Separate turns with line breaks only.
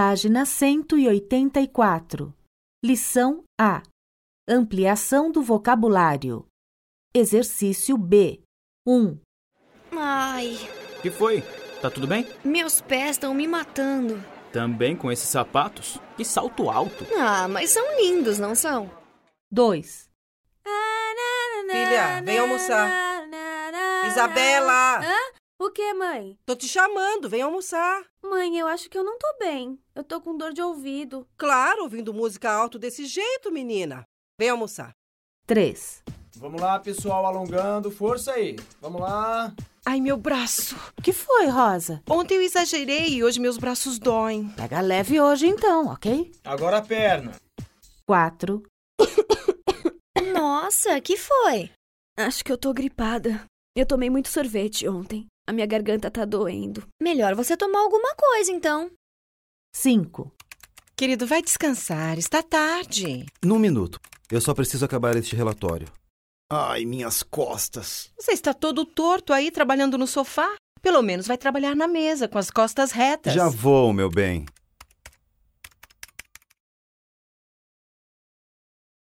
Página 184. Lição A. Ampliação do vocabulário. Exercício B. 1,
Ai,
Que foi? Tá tudo bem?
meus pés estão me matando.
Também com esses sapatos? Que salto alto!
Ah, mas são lindos, não são?
2,
Filha, vem almoçar. Isabela!
Hã? O que, mãe?
Tô te chamando, vem almoçar.
Mãe, eu acho que eu não tô bem. Eu tô com dor de ouvido.
Claro, ouvindo música alto desse jeito, menina. Vem almoçar.
3,
Vamos lá, pessoal, alongando. Força aí. Vamos lá.
Ai, meu braço.
Que foi, Rosa?
Ontem eu exagerei e hoje meus braços doem.
Pega leve hoje então, ok?
Agora a perna.
4,
Nossa, que foi?
Acho que eu tô gripada. Eu tomei muito sorvete ontem. A minha garganta tá doendo.
Melhor você tomar alguma coisa, então.
5,
Querido, vai descansar, está tarde.
Num minuto. Eu só preciso acabar este relatório.
Ai, minhas costas.
Você está todo torto aí trabalhando no sofá? Pelo menos vai trabalhar na mesa, com as costas retas.
Já vou, meu bem.